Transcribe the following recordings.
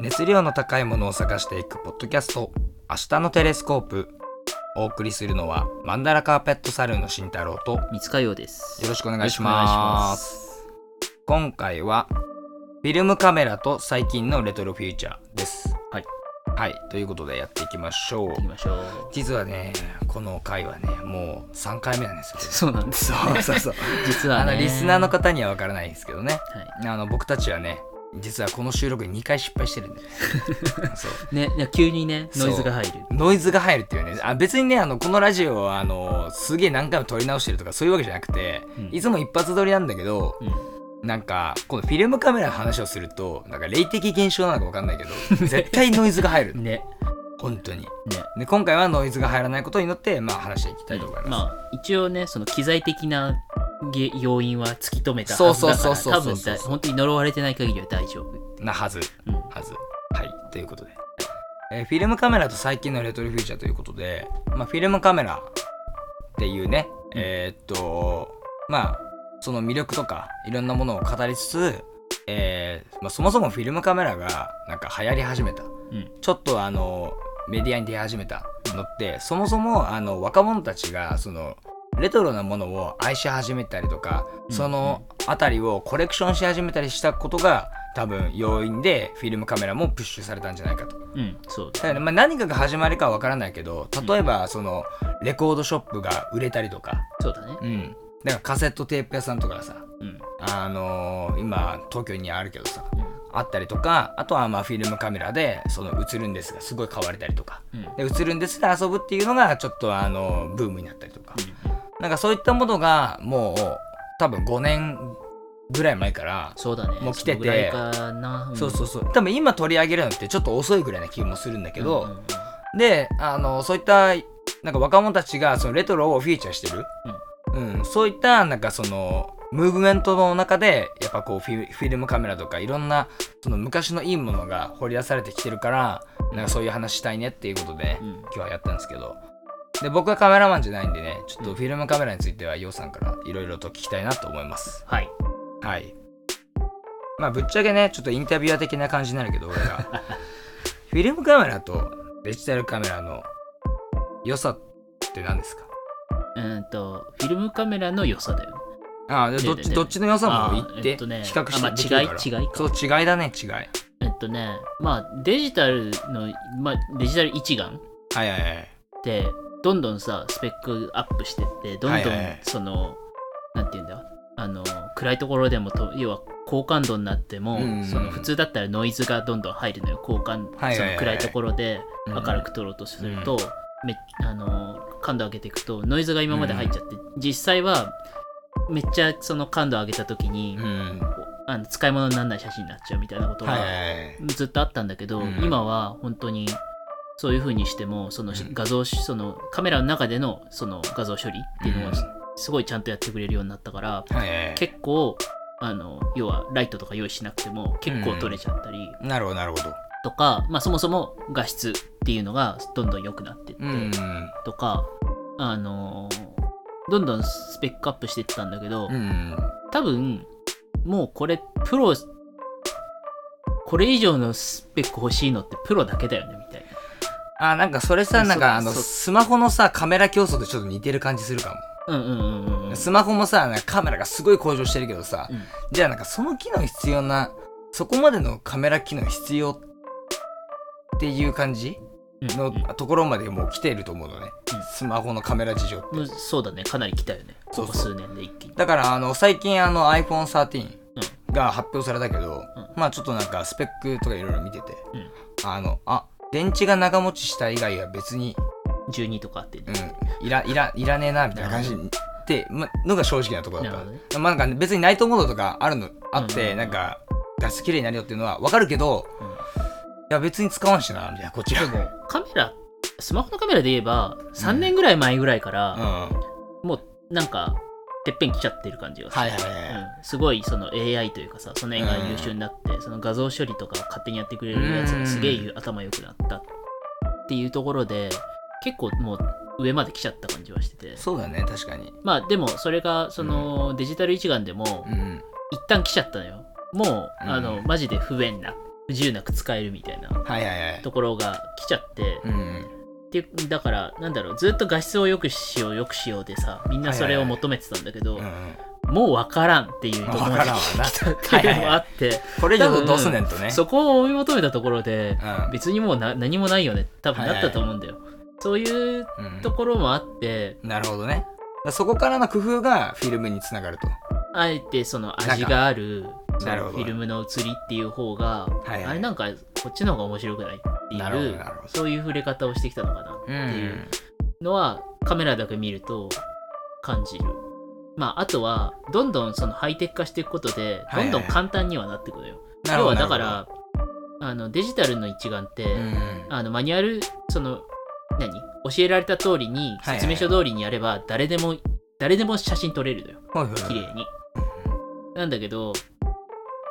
熱量の高いものを探していくポッドキャスト明日のテレスコープお送りするのはマンダラカーペットサルーンの慎太郎とよ三塚洋です。ろしくおお願いしますす。今回はフィルムカメラと最近のレトロフューチャーですはいはいということでやっていきましょう行きましょう。実はねこの回はねもう3回目なんですけどそうなんです。そうそうそう 実あはのね。リスナーの方には分からないですけどねはあの僕たちはね実はこの収録2回失敗してるんで そうい。ね、いや急にね、ノイズが入る。ノイズが入るっていうねあ別にねあのこのラジオはあのすげえ何回も撮り直してるとかそういうわけじゃなくて、うんいつも一発撮りなんだけどうん。なんかこのフィルムカメラの話をするとなんか霊的現象なのか分かんない けど絶対ノイズが入るね、ね。本当にで今回はノイズが入らないことに祈ってまあ話していきたいと思います、まあ、一応ね、その機材的なげ要因は突き止めたそはうずそうだかそうら、そう多分そうそうだそう本当に呪われてない限りは大丈夫。なはずうん。はずはいということで、えーフィルムカメラと最近のレトロフューチャーということで、まあ、フィルムカメラっていうね、えーっとまあその魅力とかいろんなものを語りつつ、えーまあ、そもそもフィルムカメラがなんか流行り始めたうん。ちょっとあのメディアに出始めたのってそもそもあの若者たちがそのレトロなものを愛し始めたりとかうんその辺りをコレクションし始めたりしたことが多分要因でフィルムカメラもプッシュされたんじゃないかと。うん。そうだかだらね。まあ何かが始まりかは分からないけど例えばそのレコードショップが売れたりとか、そうだね。うん、だからカセットテープ屋さんとかさうん。あのー今東京にあるけどさうんあったりとかあとはまあフィルムカメラでその映るんですがすごい買われたりとかうん。で映るんですで遊ぶっていうのがちょっとあのブームになったりとかうんなんかそういったものがもう多分5年ぐらい前からそうだね。もう来ててそのぐらいかな。んそうそうそう多分今取り上げるのってちょっと遅いぐらいな気もするんだけうんうどんであのそういったなんか若者たちがそのレトロをフィーチャーしてる、うんそういったなんかそのムーブメントの中でやっぱこうフィフィルムカメラとかいろんなその昔のいいものが掘り出されてきてるからなんかそういう話したいねっていうことでうん。今日はやったんですけどで僕はカメラマンじゃないんでねちょっとフィルムカメラについてはようさんからいろいろと聞きたいなと思いますはい。はいまあぶっちゃけねちょっとインタビュアー的な感じになるけど俺が フィルムカメラとデジタルカメラの良さって何ですかうーんと、フィルムカメラの良さだよね。ああでねえどっねえちねえどっちの良さもあ言ーってえっとね比較あまあしてできるから違い違いかそう違いだね違いはいえっとね、まあデジタルの、まあデジタル一眼っはいはいて、どんどんさ、スペックアップしてって、どはんいどはんいはいその、なんて言うんだ、あの、暗いところでもと、要は高感度になっても、うんうんその普通だったらノイズがどんどん入るのよ、高感、はいはいはいその暗いところでうん明るく撮ろうとすると、めあの、感度上げていくと、ノイズが今まで入っちゃって、実際は、めっちゃその感度上げた時に、うんあの使い物にならない写真になっちゃうみたいなことが、はいはいはいずっとあったんだけど、うん今は本当にそういう風にしてもそのうん画像、そのカメラの中でのその画像処理っていうのうをんすごいちゃんとやってくれるようになったから、はいはいはい結構あの要はライトとか用意しなくても結構撮れちゃったりなるほどなるほどとか、まあ、そもそも画質っていうのがどんどん良くなってって、うんとかあのどんどんスペックアップしていったんだけど、うん多分もうこれプロこれ以上のスペック欲しいのってプロだけだよねみたいあなんかそれさそうなんかあのそうスマホのさカメラ競争とちょっと似てる感じするかなうんうんうんうんうも、んスマホもさなんかカメラがすごい向上してるけどさ、うんじゃあなんかその機能必要なそこまでのカメラ機能必要っていう感じうんのところまでもう来てると思うのね、うんスマホのカメラ事情ってうんそうだねかなり来たよねここ数年で一気にだからあの最近あの iPhone13 うが発表されたけど、うんまあちょっとなんかスペックとかいろいろ見てて、うんあのあ電池が長持ちした以外は別に12とかあってねうん、いらいらいらねえなみたいな感じって、ま、のが正直なところだったなるほどまあなんか別にナイトモードとかあるのあって、うんうんうんなんか画質綺麗になるよっていうのはわかるけど、うんいや別に使わんしなみたいなこっちがでもカメラスマホのカメラで言えば3年ぐらい前ぐらいかうん、ら、はもうなんかてっぺん来ちゃってる感じがいするはいはうんすごいその AI というかさその絵が優秀になって、その画像処理とかを勝手にやってくれるやつうんがすげえ頭良くなったっていうところで結構もう上まで来ちゃった感じはしてていそうだね確かにまあでもそれがそのデジタル一眼でもうん一旦来ちゃったのよもううんあのマジで不便な自由なく使えるみたいなはいはいはいところが来ちゃってう、んでだからなんだろうずっと画質を良くしよう良くしようでさみんなそれを求めてたんだけど、うんうんもう分からん っていうところわまからでんわな 来たっていうのもあって、これ以上どうすんねんとねそこを追い求めたところでうん別にもうな何もないよね多分はいはいなったと思うんだよ、そういううんところもあってなるほどねだからそこからの工夫がフィルムにつながるとあえてその味があるそなるのほどフィルムの写りっていう方が、はいはいあれなんかこっちの方が面白くないってなるほいどうなるほどそういう触れ方をしてきたのかなってういうんのはカメラだけ見ると感じる。まあ、あとはどんどんそのハイテク化していくことではいどはいんどん簡単にはなってくるよ。なるほど要はだからあのデジタルの一眼って、うんうんあのマニュアルその何教えられた通りにはいはい説明書通りにやれば誰でも、誰でも写真撮れるのよはいはい綺麗に。なんだけど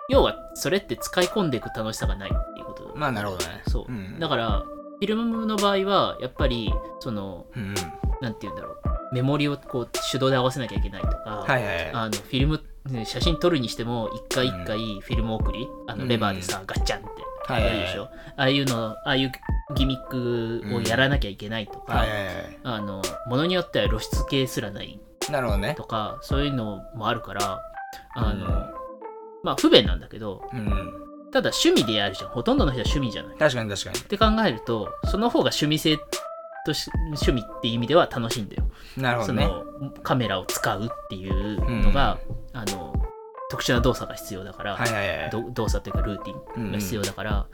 要はそれって使い込んでいく楽しさがないっていうことだ,、まあなるほどねそう、んだからフィルムの場合はやっぱりそのうんうんなんて言うんだろうメモリをこう手動で合わせなきゃいけないとか、はいはいはいあのフィルムね写真撮るにしても一回一回フィルム送り、あのレバーでさ、ガッチャンってはいはやいるでしょ、ああいうのああいうギミックをやらなきゃいけないとか、はいはいはいあのものによっては露出系すらないなるほどねとかそういうのもあるからあの、うんまあ不便なんだけどうんただ趣味でやるじゃんほとんどの人は趣味じゃない。っ確かに確かて考えるとその方が趣味性とし趣味っていう意味では楽しいんだよ。になるほどそねのカメラを使うっていうのが、あの特殊な動作が必要だから、はいはいはいど動作というかルーティンが必要だから、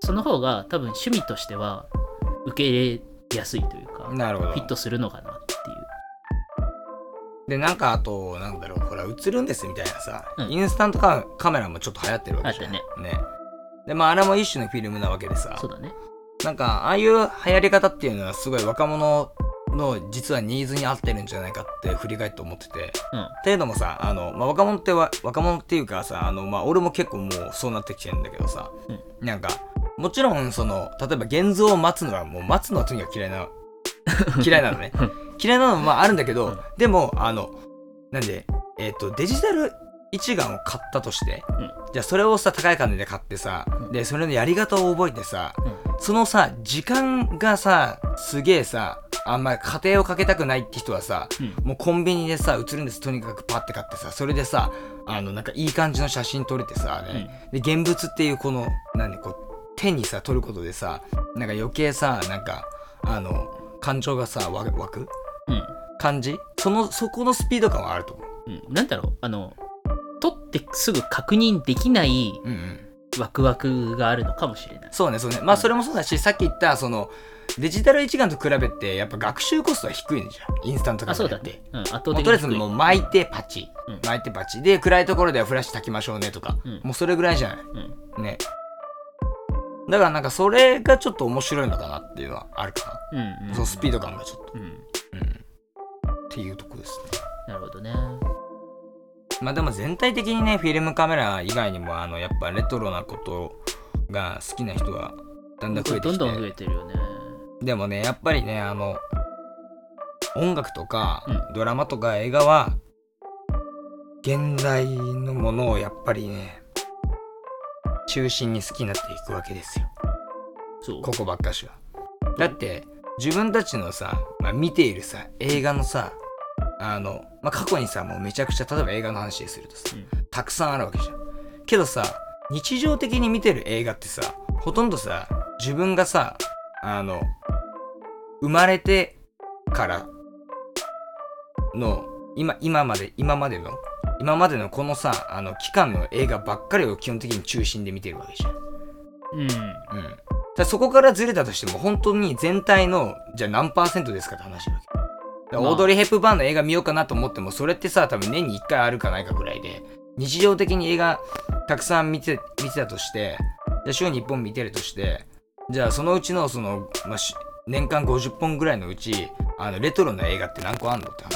その方が多分趣味としては受け入れやすいというか、なるほどフィットするのかなっていう。でなんかあとなんだろうほら映るんですみたいなさ、うんインスタントカカメラもちょっと流行ってるわけじゃん流でまああれも一種のフィルムなわけでさそうだね。なんかああいう流行り方っていうのはすごい若者の実はニーズに合ってるんじゃないかって振り返って思っててうん。っていうのもさあの、まあ、若者っては若者っていうかさあの、まあ、俺も結構もうそうなってきてるんだけどさ、なんかもちろんその例えば現像を待つのはもう待つのはとにかく嫌いな嫌いなのねうん嫌いなのもまああるんだけど、うんでもあのなんで、えっとデジタル一眼を買ったとして、うんじゃあそれをさ高い金で買ってさ、うんでそれのやり方を覚えてさうんそのさ時間がさすげえさあんまり家庭をかけたくないって人はさ、うんもうコンビニでさ映るんですとにかくパッて買ってさそれでさあのなんかいい感じの写真撮れてさ、ねで現物っていうこの何こう手にさ撮ることでさなんか余計さなんかあの感情がさわ湧くうん。感じそのそこのスピード感はあると思う。うん。なんだろう、あの、撮ってすぐ確認できないうんうんワクワクがあるのかもしれない。そうねそうねまあうんそれもそうだし、さっき言ったそのデジタル一眼と比べてやっぱ学習コストは低いんじゃんインスタントカあ、メそうラだっねて。。うん。圧倒もう的に低い。とりあえずもう巻いてパチ、うん巻いてパチで暗いところではフラッシュ焚きましょうねとか、うんもうそれぐらいじゃないうん。ねだからなんかそれがちょっと面白いのかなっていうのはあるかうん、うな、ん。そのスピード感がちょっと、うん。うん、っていうとこですねなるほどね。まあでも全体的にねフィルムカメラ以外にもあのやっぱレトロなことが好きな人はだんだん増えてどきてんどん増えてるよね。でもねやっぱりねあの音楽とか、うドラマとか映画は現代のものをやっぱりね中心に好きになっていくわけですよそう。ここばっかしはだって自分たちのさ、まあ、見ているさ映画のさあの、まあ、過去にさもうめちゃくちゃ例えば映画の話でするとさ、うんたくさんあるわけじゃんけどさ日常的に見てる映画ってさほとんどさ自分がさあの生まれてからの今今まで今までの今までのこのさあの期間の映画ばっかりを基本的に中心で見てるわけじゃんうん。うん、だからそこからずれたとしても本当に全体のじゃあ何パーセントですかって話なわけだからまあオードリー・ヘップバーンの映画見ようかなと思ってもそれってさ多分年に1回あるかないかぐらいで日常的に映画たくさん見て見てたとしてじゃあ週に1本見てるとしてじゃあそのうちのその、まあし年間50本ぐらいのうちあのレトロな映画って何個あんのって話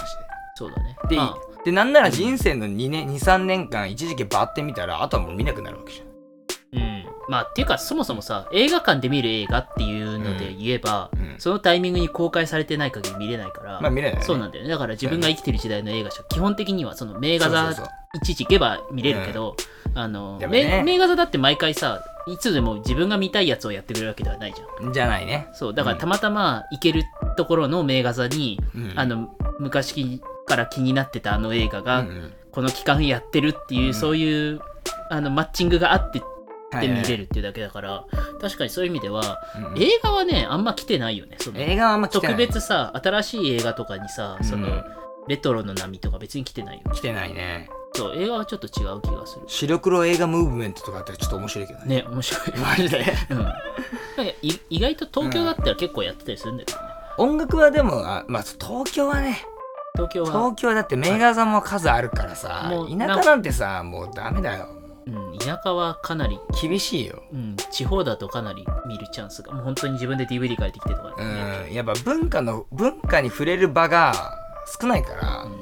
そうだね。で。で,、まあでなんなら人生の2年23年間一時期バーって見たらあとはもう見なくなるわけじゃん。うん、まあっていうかそもそもさ映画館で見る映画っていうので言えば、うんそのタイミングに公開されてない限り見れないから、まあ見れないよね。そうなんだよねだから自分が生きてる時代の映画しか基本的にはその名画そうそうそ座ういちいち行けば見れるけどあのでもね名名画座だって毎回さいつでも自分が見たいやつをやってくれるわけではないじゃんじゃないね。そうだかうらんたまたま行けるところの名画座に、うんあの昔から気になってたあの映画うんが、うんこの期間やってるっていう、うんそういうあのマッチングがあってっはていはい見れるっていうだけだから、確かにそういう意味では、うん映画はねあんま来てないよねその映画はあんま来てな特い。別さ新しい映画とかにさその、うんレトロの波とか別に来てないよ来てないね。そう映画はちょっと違う気がする白黒映画ムーブメントとかあったらちょっと面白いけどね。ね面白いマジでうんなんかい意外と東京だったら結構やってたりするんだけどね、音楽はでも、あまあ、東京はね、東京は東京はだってメーカーさんも数あるからさ、もう田舎なんてさ、もうダメだよ。うん、田舎はかなり、厳しいよ。うん、地方だとかなり見るチャンスが、もう本当に自分で DVD 借りてきてとかうね、ん、やっぱ文化の、文化に触れる場が少ないかうらん、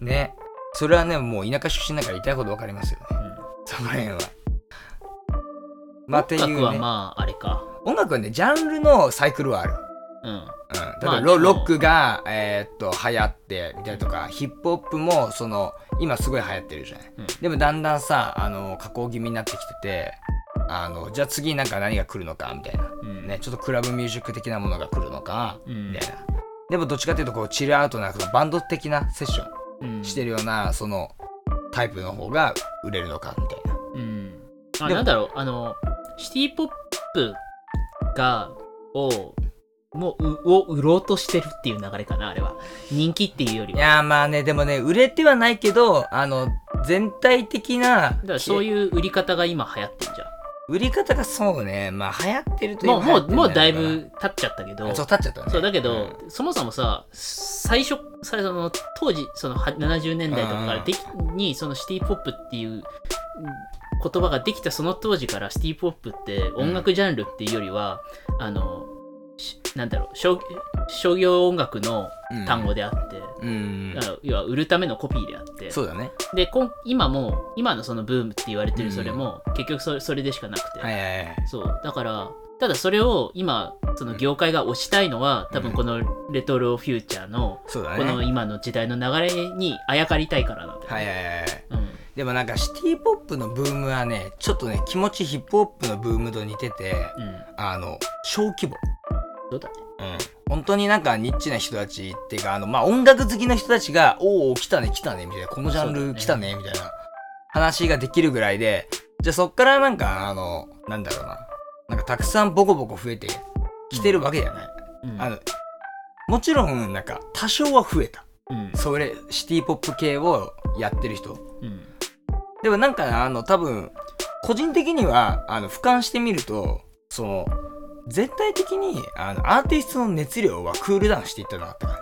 ね。それはね、もう田舎出身だから痛いことわかりますよね。そこら辺は。まあ、って音いう、ね、楽はまあ、あれか。音楽はね、ジャンルのサイクルはある。うん。うん、だかまらあロでもロックが、えーっと流行ってみたいとかヒップホップもその今すごい流行ってるじゃない、うんでもだんだんさあの加工気味になってきててあのじゃあ次なんか何が来るのかみたいな、うん。ね、ちょっとクラブミュージック的なものが来るのかうんみたいな、でもどっちかっていうとこうチルアウトなそのバンド的なセッショうん。ンしてるような、そのタイプの方が売れるのかみたいなうん。あ、でもなんだろう、あの、シティポップが、を、もう、うを売ろうとしてるっていう流れかな、あれは。人気っていうよりいは。やーまあねでもね売れてはないけどあの全体的なだからそういう売り方が今流行ってるじゃん。売り方がそうねまあ流行ってるといもう、もう、もうだい流行ってんじぶ経っちゃったけゃなどいかな。そう立っちゃったねそうだけど、そもそもさ最初最その当時そのは70年代とかかうらんできにそのシティ・ポップっていううん言葉ができたその当時からシティ・ポップって音楽ジャンルっていうよりは、あのしなんだろう商商業音楽のうん単語であって、うん、うんだから要は売るためのコピーであってそうだねでこん今も今のそのブームって言われてるそれも、結局それそれでしかなくて、はいはいはいそうだからただそれを今その業界が推したいのは多分このレトロフューチャーのそうだねこのはい今の時代の流れにあやかりたいからなんだよねはいはいうんでもなんかシティポップのブームはねちょっとね気持ちヒップホップのブームと似ててうんあの小規模そうだねうん本当になんかニッチな人たちっていうかあの、まあ、音楽好きな人たちが「おお来たね来たね」みたいなこのジャンそうだルね来たねみたいな話ができるぐらいでじゃあそっからなんかあのなんだろうななんかたくさんボコボコ増えてきてるわけじゃない、うんあのもちろんなんか多少は増えたうんそれシティポップ系をやってる人うんでもなんかあの多分個人的にはあの俯瞰してみるとその全体的にあのアーティストの熱量はクールダウンしていったなって感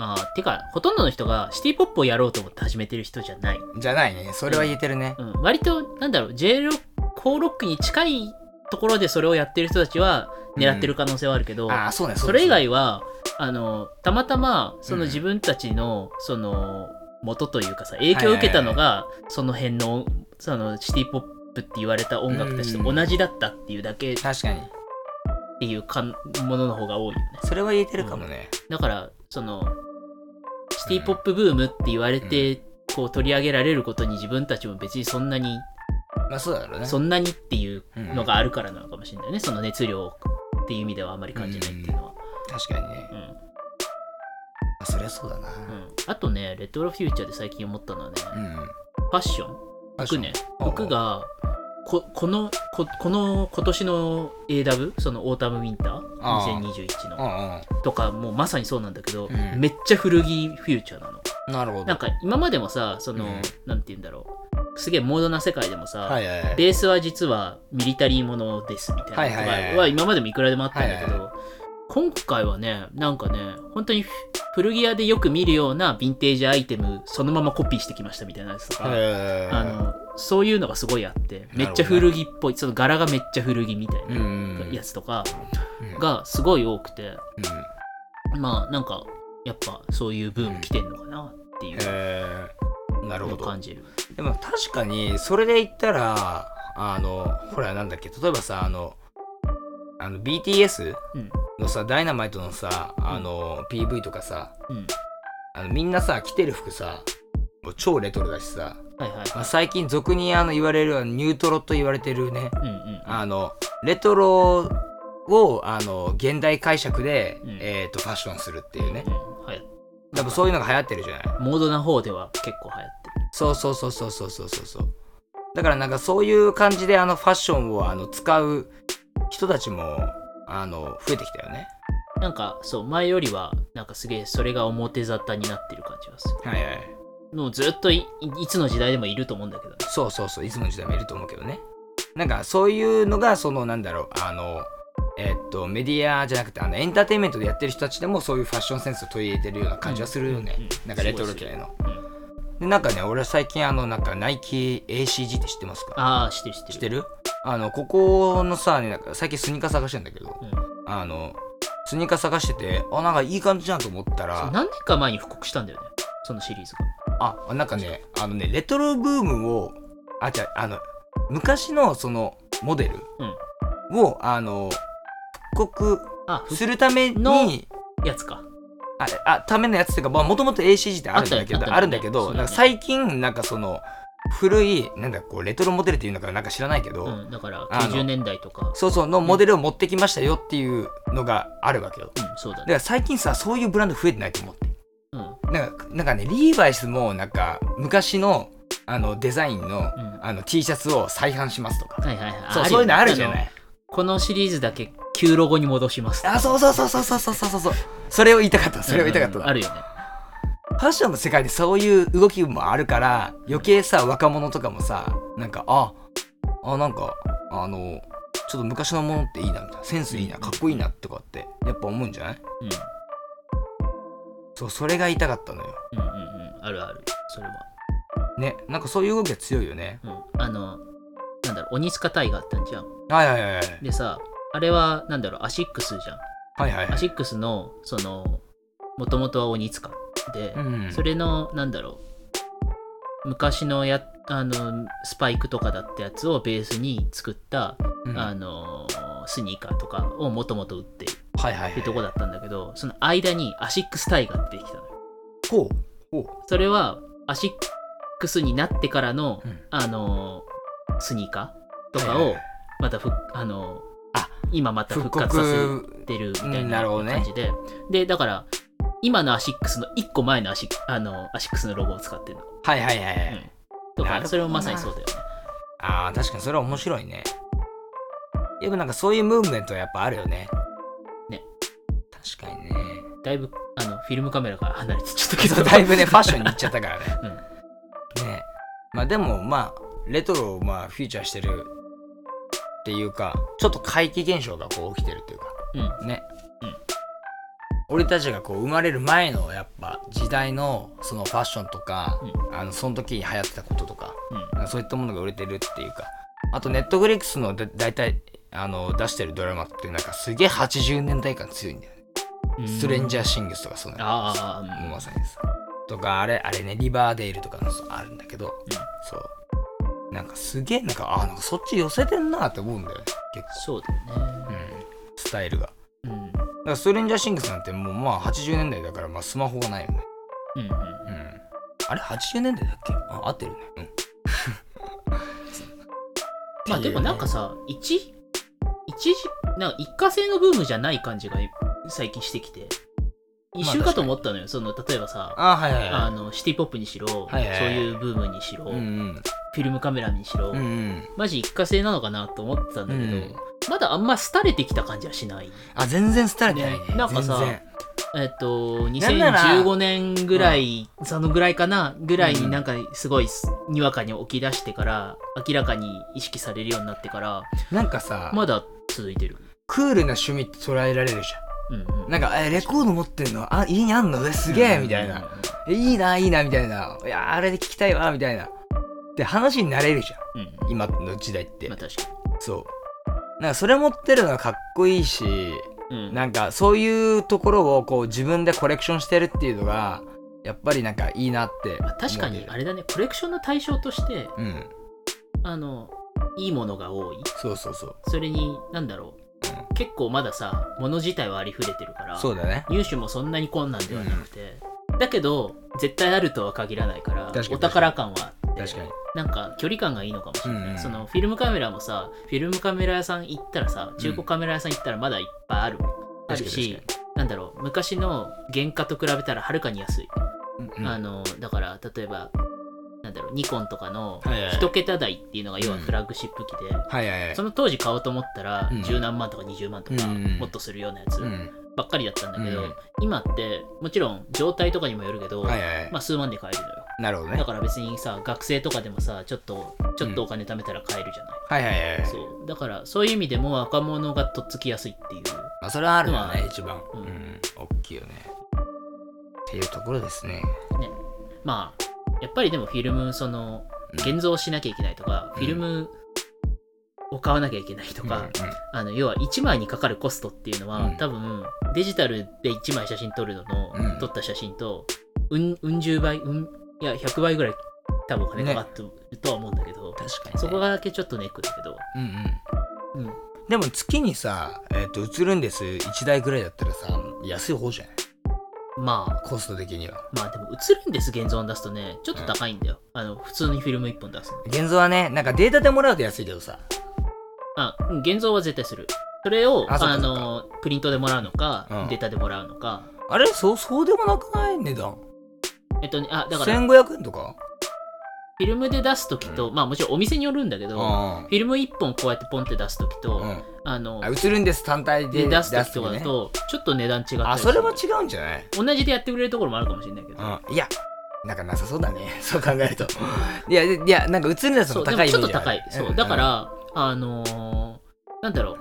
あーてかほとんどの人がシティポップをやろうと思って始めてる人じゃない、じじゃないねそれは言えてるね、うん、割となんだろう J ロックコーロックに近いところでそれをやってる人たちは狙ってる可能性はあるけど、ああそうねそれ以外はあのたまたまその自分たちの、その元というかさ影響を受けたのがその辺のそのシティ・ポップって言われた音楽たちと同じだったっていうだけっ確かにていうかんものの方が多いよねそれは言えてるかもね、だからそのシティ・ポップブームって言われてこう取り上げられることに自分たちも別にそんなにまあそうだろうねそんなにっていううんのがあるからなのかもしれないねその熱量っていう意味ではあまり感じないっていうのは。確かにね、うんあそりゃそうだなうん、あとね、レトロフューチャーで最近思ったのはね、うん、ファッション、服ね、うん服がここのここの今年の AW、そのオータムウィンターあー2021うのんうんとか、もうまさにそうなんだけど、うんめっちゃ古着フューチャーなの。なるほどなんか今までもさ、その、うんなんて言うんだろう、すげえモードな世界でもさ、はいはいはいベースは実はミリタリーものですみたいなのとかはいはいはいは今までもいくらでもあったんだけど、はい今回はねなんかね本当にふ古着屋でよく見るようなヴィンテージアイテムそのままコピーしてきましたみたいなやつとか、へーあのそういうのがすごいあってめっちゃ古着っぽいその柄がめっちゃ古着みたいうんうんうなんやつとかうんがすごい多くて、うんまあなんかやっぱそういうブーム来てんのかなっていへうーなるのほをど感じる。でも確かにそれで言ったらあのほらなんだっけ例えばさあのあの BTS うんのさ、ダイナマイトのさあの、PV とかさうんあのみんなさ着てる服さもう超レトロだしさ、はいはいまはあ、い最近俗にあの言われるニュートロと言われてるねうんうんあのレトロをあの現代解釈で、うんえー、とファッションするっていうねうんはい多分そういうのが流行ってるじゃないモードな方では結構流行ってるそうそうそうそうそうそうそうそうだからなんかそういう感じであのファッションをあの使う人たちもあの増えてきたよねなんかそう前よりはなんかすげえそれが表沙汰になってる感じがするはいはいもうずっといいいつの時代でもいると思うんだけどねそうそうそういつもの時代もいると思うけどねなんかそういうのがそのなんだろうあのえっとメディアじゃなくてあのエンターテインメントでやってる人たちでもそういうファッションセンスを取り入れてるような感じはするよね、うんうんうんなんかレトロ系の、うんでなんかね俺は最近あのなんかナイキ ACG って知ってますかああ知ってる知ってる知ってるあのここのさ、なんか最近スニーカー探してんだけどうんあのスニーカー探しててあなんかいい感じじゃんと思ったそうら何年か前に復刻したんだよねそのシリーズがあなんかねあのねレトロブームをあじゃあの昔のそのモデルを、あの復刻あするためのにやつかああためのやつっていうかもともと ACG ってあるんだけあったよねあったよどねあるんだけど、そなうだよねんか最近なんかその古いなんだこうレトロモデルっていうのかなんか知らないけど、うんだからあの90年代とかそうそうのモデルを持ってきましたよっていうのがあるわけようんそうだだかねら最近さそういうブランド増えてないと思ってうんうんなんかなんかねリーバイスもなんか昔のあのデザインの,、あの T シャツを再販しますとかはいはいはそいうよねそういうのあるじゃなのいこのシリーズだけ旧ロゴに戻しますあそうそうそうそうそうそうそうそうそれを言いたかったそれを言いたかった、うんうんあるよねファッションの世界でそういう動きもあるから余計さ若者とかもさなんかああなんかあのちょっと昔のものっていいなみたいなセンスいいなかっこいいなとかってやっぱ思うんじゃないうんそうそれが言いたかったのようんうんうんあるあるそれはねなんかそういう動きが強いよねうんあのなんだろう鬼塚大河あったんじゃんはいはいはいはいでさあれはなんだろうアシックスじゃんはいはいはアいシックスのそのもともとは鬼塚で、うんそれのなんだろう昔のやあのスパイクとかだったやつをベースに作った、うんあのスニーカーとかをもともと売ってるっはいはいはていとこだったんだけどその間にアシックスタイガーってできたのよほうほうそれはアシックスになってからの、うんあのスニーカーとかはいはいをはいまたふっあのあ今また復活させるってるみたいうんななるほどね感じで、でだから今のアシックスの1個前のアシックあのアシックスのロゴを使ってるの、はいはいはい、はいうん、となるほどかなそれもまさにそうだよねあー確かにそれは面白いねやっぱなんかそういうムーブメントはやっぱあるよねね確かにねだいぶあのフィルムカメラから離れてちょっとけけどどだいぶねファッションに行っちゃったからね、 うんねまあでもまあレトロをまあフィーチャーしてるっていうかちょっと怪奇現象がこう起きてるっていうかうんね、うん俺たちがこう生まれる前のやっぱ時代のそのファッションとか、あのその時に流行ってたこととかうんそういったものが売れてるっていうかあとネットフリックスのだ大体あの出してるドラマってなんかすげえ80年代感強いんだよね、うんストレンジャーシングスとかそうなのああうんもうまさにさとかあれあれねリバーデイルとかのそうあるんだけど、んそうなんかすげえなんかあなんかそっち寄せてんなって思うんだよねそうだよ結構、うねん、スタイルがだかうんうんらストレンジャーシングスなんてもうまあ80年代だからまあスマホがないよねうんうんあれ80年代だっけあ合ってるねうん まあでもなんかさ一一時なんか一過性のブームじゃない感じが最近してきて一周かと思ったのよ、その例えばさあはいはいあはのシティポップにしろ、はいはいはいそういうブームにしろ、いうんうんフィルムカメラにしろ、うんうんマジ一過性なのかなと思ってたんだけど、うんまだあんま廃れてきた感じはしないあ全然廃れてないねねなんかさ全然えっとなんなら2015年ぐらいそのぐらいかなぐらいになんかすごいすにわかに起き出してから明らかに意識されるようになってからなんかさ、まだ続いてるクールな趣味って捉えられるじうんゃうんんなんかえレコード持ってんのあ家にあんのえすげえうんみたいな、うんえいいないいなみたいないやあれで聞きたいわみたいなで話になれるじゃうんうんん今の時代って、まあ確かそうなんかそれ持ってるのがかっこいいしに、うん、なんかそういうところをこう自分でコレクションしてるっていうのがやっぱりなんかいいなってまあ確かにあれだねコレクションの対象として思ううんあのいいものが多いそうそうそうそれに何だろう結構まださ物自体はありふれてるからそうだね入手もそんなに困難ではなくて、だけど絶対あるとは限らないから確かにお宝感はあっで確かになんか距離感がいいのかもしれない、うんうんそのフィルムカメラもさフィルムカメラ屋さん行ったらさ中古カメラ屋さん行ったらまだいっぱいある、あるしなんだろう昔の原価と比べたらはるかに安い、確かにうんうんあのだから例えばなんだろうニコンとかのはいはい一桁台っていうのが要はうんフラッグシップ機で、はいはいはいその当時買おうと思ったらうん十何万とか20万とかうんうんもっとするようなやつうんばっかりだったんだけど、うん今ってもちろん状態とかにもよるけど、はいはいはいまあ、数万で買えるのよなるほどねだから別にさ学生とかでもさちょっとちょっとお金貯めたら買えるじゃない、はいはいはいはいそうだからそういう意味でも若者がとっつきやすいっていうまあそれはあるよまあね一番ううんん大きいよねっていうところですねまあやっぱりでもフィルムそのうん現像しなきゃいけないとか、うんフィルムを買わなきゃいけないとか、うんうんあの要は1枚にかかるコストっていうのは、うん多分デジタルで1枚写真撮るのの、うん撮った写真とうんうん十倍うんいや100倍ぐらい多分お金かかってるとは思うんだけど、確かにねそこがだけちょっとネックだけど、うんうんうん、でも月にさ、えっと映るんです1台ぐらいだったらさ安い方じゃないまあコスト的にはまあでも映るんです現像出すとねちょっと高いんだよ、あの普通にフィルム1本出すの現像はねなんかデータでもらうと安いけどさあうん現像は絶対するそれをあそっあかそっかのプリントでもらうのか、うんデータでもらうのかあれそうそうでもなくない値段えっとねあだからフ1500円とかィルムで出す時と、まあもちろんお店によるんだけど、うんフィルム1本こうやってポンって出す時と、うんあのあ映るんです単体でで出す時時とかねだとちょっと値段違ったりするあそれも違うんじゃない同じでやってくれるところもあるかもしれないけど、うんいやなんかなさそうだね そう考えるといやいやなんか映るんですそもうで高もいイちメょっーとジある高い、そううんだから、あのーなんだろう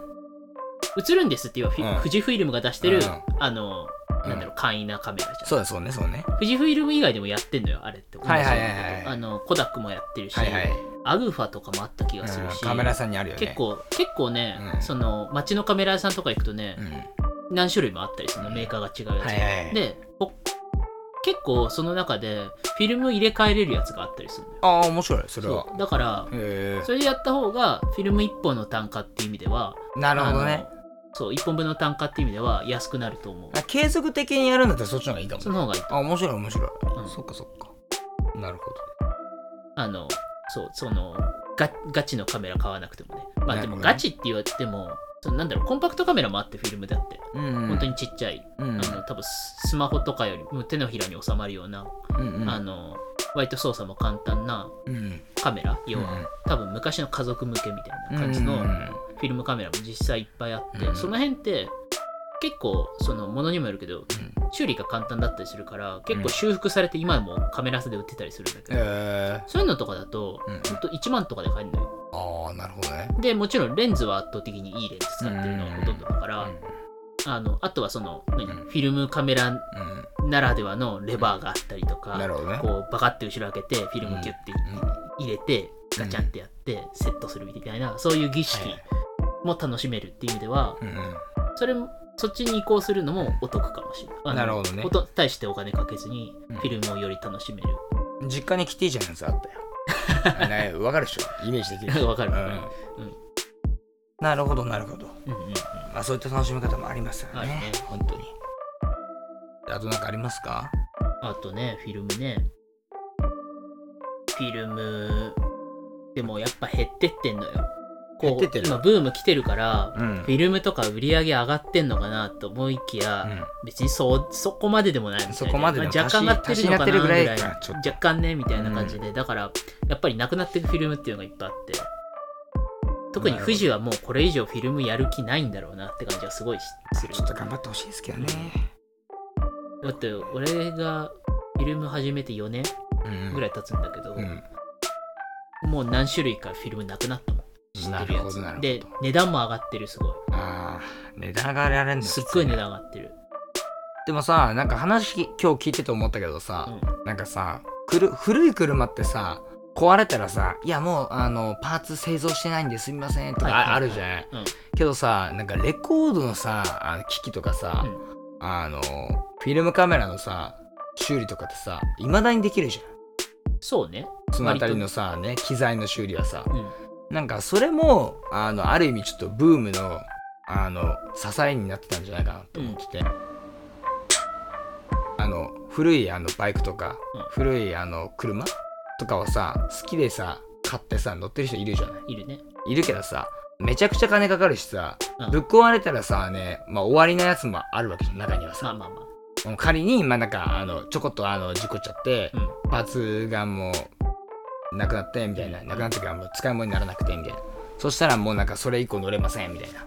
映るんですっていうフィうん富士フィルムが出してる、うんあのーうんなんだろう簡易なカメラじゃんそうだそうねそうね富士フィルム以外でもやってんのよあれって同じようなことはいはいはいはいあのコダックもやってるし、はいはいアグファとかもあった気がするうんし、カメラさんにあるよね結構結構ね、うんその街のカメラ屋さんとか行くとね、うん何種類もあったりするのうんメーカーが違うやつはが、いはいはいでほ結構その中でフィルム入れ替えれるやつがあったりするのよああ面白いそれはそうだからへそれでやった方がフィルム1本の単価っていう意味ではえなるほどねあのそう1本分の単価っていう意味では安くなると思うあ継続的にやるんだったらそっちの方がいいかもその方がいいとあ面白い面白い、うんそっかそっかなるほどあの、そう、その、ガガチのカメラ買わなくてもね。まあなでるほもどねガチって言われても、そのなんだろう、コンパクトカメラもあって、フィルムだって。うんうん本当にちっちゃい、うんうんあの多分ススマホとかよりも手のひらに収まるような、うんあの割と操作も簡単なうんカメラ要は、うんうん多分昔の家族向けみたいな感じのうんフうんィルムカメラも実際いっぱいあって、うんその辺って結構そのものにもよるけど修理が簡単だったりするから結構修復されて今もカメラ屋で売ってたりするんだけえど、ーそういうのとかだとうんほんと1万とかで買えるのよ。ああなるほどねで、もちろんレンズは圧倒的にいいレンズ使ってるのがほとんどだから、うんあのあとはその、何うんフィルムカメラうんならではのレバーがあったりとか、なるほどねこうバカって後ろ開けて、フィルムキュッて入れて、うんガチャンってやって、セットするみたいな、そういう儀式も楽しめるっていう意味では、うんうんそれもそっちに移行するのもお得かもしれない。あのなるほどねおと対してお金かけずに、うんフィルムをより楽しめる。実家にキティちゃんのやつあったよ あないわかるでしょイメージできる でしょわかるわかるうんうんなるほどなるほど、うんうんうんまあ、そういった楽しみ方もありますよあるねね本当にあとなんかありますかあとね、フィルムね。フィルム、でもやっぱ減ってってんのよ。こう減ってってる今ブーム来てるから、うんフィルムとか売り上げ上がってんのかなと思いきや、別にそうそこまででもないみたいな。そこまででもあ若干上がって足し足るのかなしになってるぐぐららいいかちょっ若干ね、みたいな感じで。だから、やっぱりなくなっていくフィルムっていうのがいっぱいあって。特に富士はもうこれ以上フィルムやる気ないんだろうなって感じがすごいしする。ちょっと頑張ってほしいですけどねだって俺がフィルム始めて4年ぐらいい経つんだけど、うんもう何種類かフィルムなくなったもん。知ってるなやつるほどなるほどで、値段も上がってる、すごい。あー値段が上がられるんだすっごい値段上がってる。でもさなんか話今日聞いてて思ったけどさ、うんなんかさくる古い車ってさ壊れたらさ「いやもうあのパーツ製造してないんですみません」とかはいはいはいああるじゃない、うんけどさなんかレコードのさあの機器とかさ、うんあのフィルムカメラのさ修理とかってさいまだにできるじゃそうね。んそのあたりのさね機材の修理はさうん。なんかそれもあのある意味ちょっとブームのあの支えになってたんじゃないかなと思ってて、あの古いあのバイクとか、うん古いあの車とかをさ好きでさ買ってさ乗ってる人いるじゃないいるね。いるけどさめちゃくちゃ金かかるしさうんぶっ壊れたらさね、まあ、終わりのやつもあるわけじゃん中にはまあさ、まあまあ。もう仮にまあなんかあのちょこっとあの事故っちゃってうん。パーツがもうなくなってみたいななくなってからもう使い物にならなくてみたいなそしたらもうなんかそれ以降乗れませんみたいな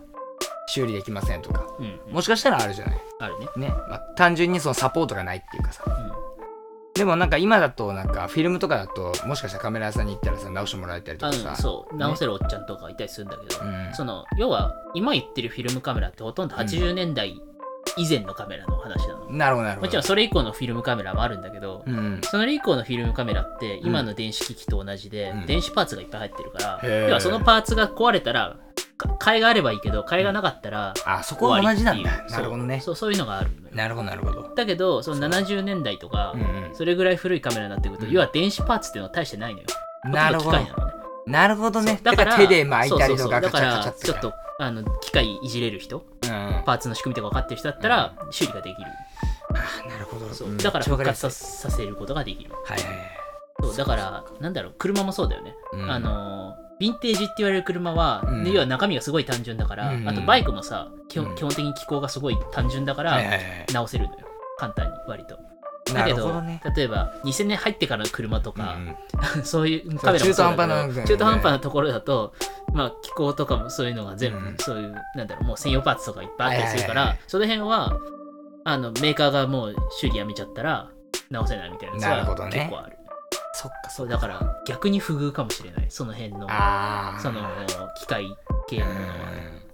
修理できませんとかうん、もしかしたらあるじゃないあるね。ね、まあ、単純にそのサポートがないっていうかさうん。でもなんか今だとなんかフィルムとかだともしかしたらカメラ屋さんに行ったらさ直してもらえたりとあかのさそう、直せるおっちゃんとかいたりするんだけど、うんその、要は、今言ってるフィルムカメラってほとんど80年代以前のカメラの話なの。なるほどなるほどもちろんそれ以降のフィルムカメラもあるんだけど、うんそれ以降のフィルムカメラって今の電子機器と同じで、うん電子パーツがいっぱい入ってるから、へー要はそのパーツが壊れたら、か替えがあればいいけど、替えがなかったら、あそこは終わ同りじってないんうだなそうるほどねそうそういうのがあるのよなるほどなるほどだけどその70年代とか、うんうんそれぐらい古いカメラになってくると、うん要は電子パーツっていうのは大してないのよ。なるほほとどんど機械なのね。なるほどねそうだから手で巻いたりとかそガうチそうそうだかャガチャらってちょっとあの機械いじれる人うんあパーツの仕組みとか分かってる人だったら修理ができる、なるほどそううんだかわら復りや活すいささせることができるはいはいはいそうだからなんだろう車もそうだよね、うんあのヴィンテージって言われる車は、うん要は中身がすごい単純だから、うんあとバイクもさ基本,、うん基本的に機構がすごい単純だかはいはいらはい直せるのよ簡単に割とだなけるほどどね例えば2000年入ってからの車とうんうか、んそういうカメラもそうだけど中途半端なのね中途半端なところだと、まあ、気候とかもそういうのが全部、うんそういうなんだろうもう専用パーツとかいっぱいあったりするから、はいはいはいはいその辺はあのメーカーがもう修理やめちゃったら直せないみたいなやつなるほどはね結構あるそっかそうだから逆に不遇かもしれないその辺のああその機械系のものはね、うん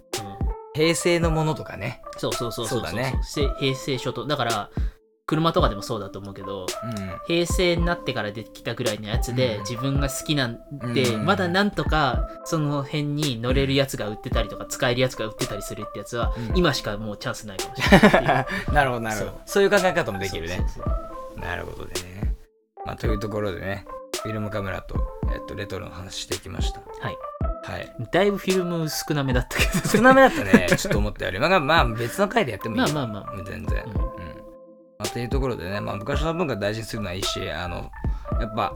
平成のものとかねそうそうそうそうそうだねせ平成初頭だから車とかでもそうだと思うけど うん平成になってから出てきたぐらいのやつで、うん自分が好きなんで、うんまだなんとかその辺に乗れるやつが売ってたりとか使えるやつが売ってたりするってやつは、うん今しかもうチャンスないかもしれないっていうなるほどなるほそどそういう考え方もできるねそうそうそうなるほどね、まあ、というところでねフィルムカメラと,、えっとレトロの話してきましたはいはいだいぶフィルム少なめだったけど少なめだったねちょっと思ったよりまあまあ別の回でやってもいいまあまああまあ、全然ううんん、まあ、というところでね、まあ、昔の文化大事にするのはいいしあのやっぱ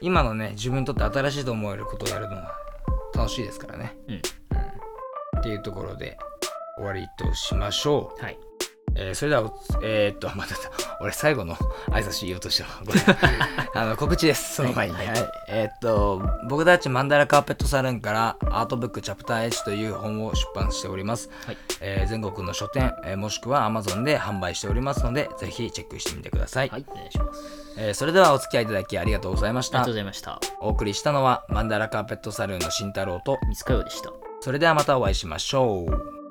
今のね自分にとって新しいと思えることをやるのは楽しいですからねうんうんっていうところで終わりとしましょうはいえーそれではおつ、えーっと、 また、俺最後の挨拶言おうとしたわ。ご めん。あの、告知です。その前に。ははいい。はえーっと、僕たちマンダラカーペットサルンからアートブックチャプター H という本を出版しております。はいえー全国の書店、えーもしくは Amazon で販売しておりますので、ぜひチェックしてみてください。はいお願いしますえーそれではお付き合いいただきありがとうございましありがたとうご。ざいましたお送りしたのはマンダラカーペットサルンの慎太郎と、三塚洋でしたそれではまたお会いしましょう。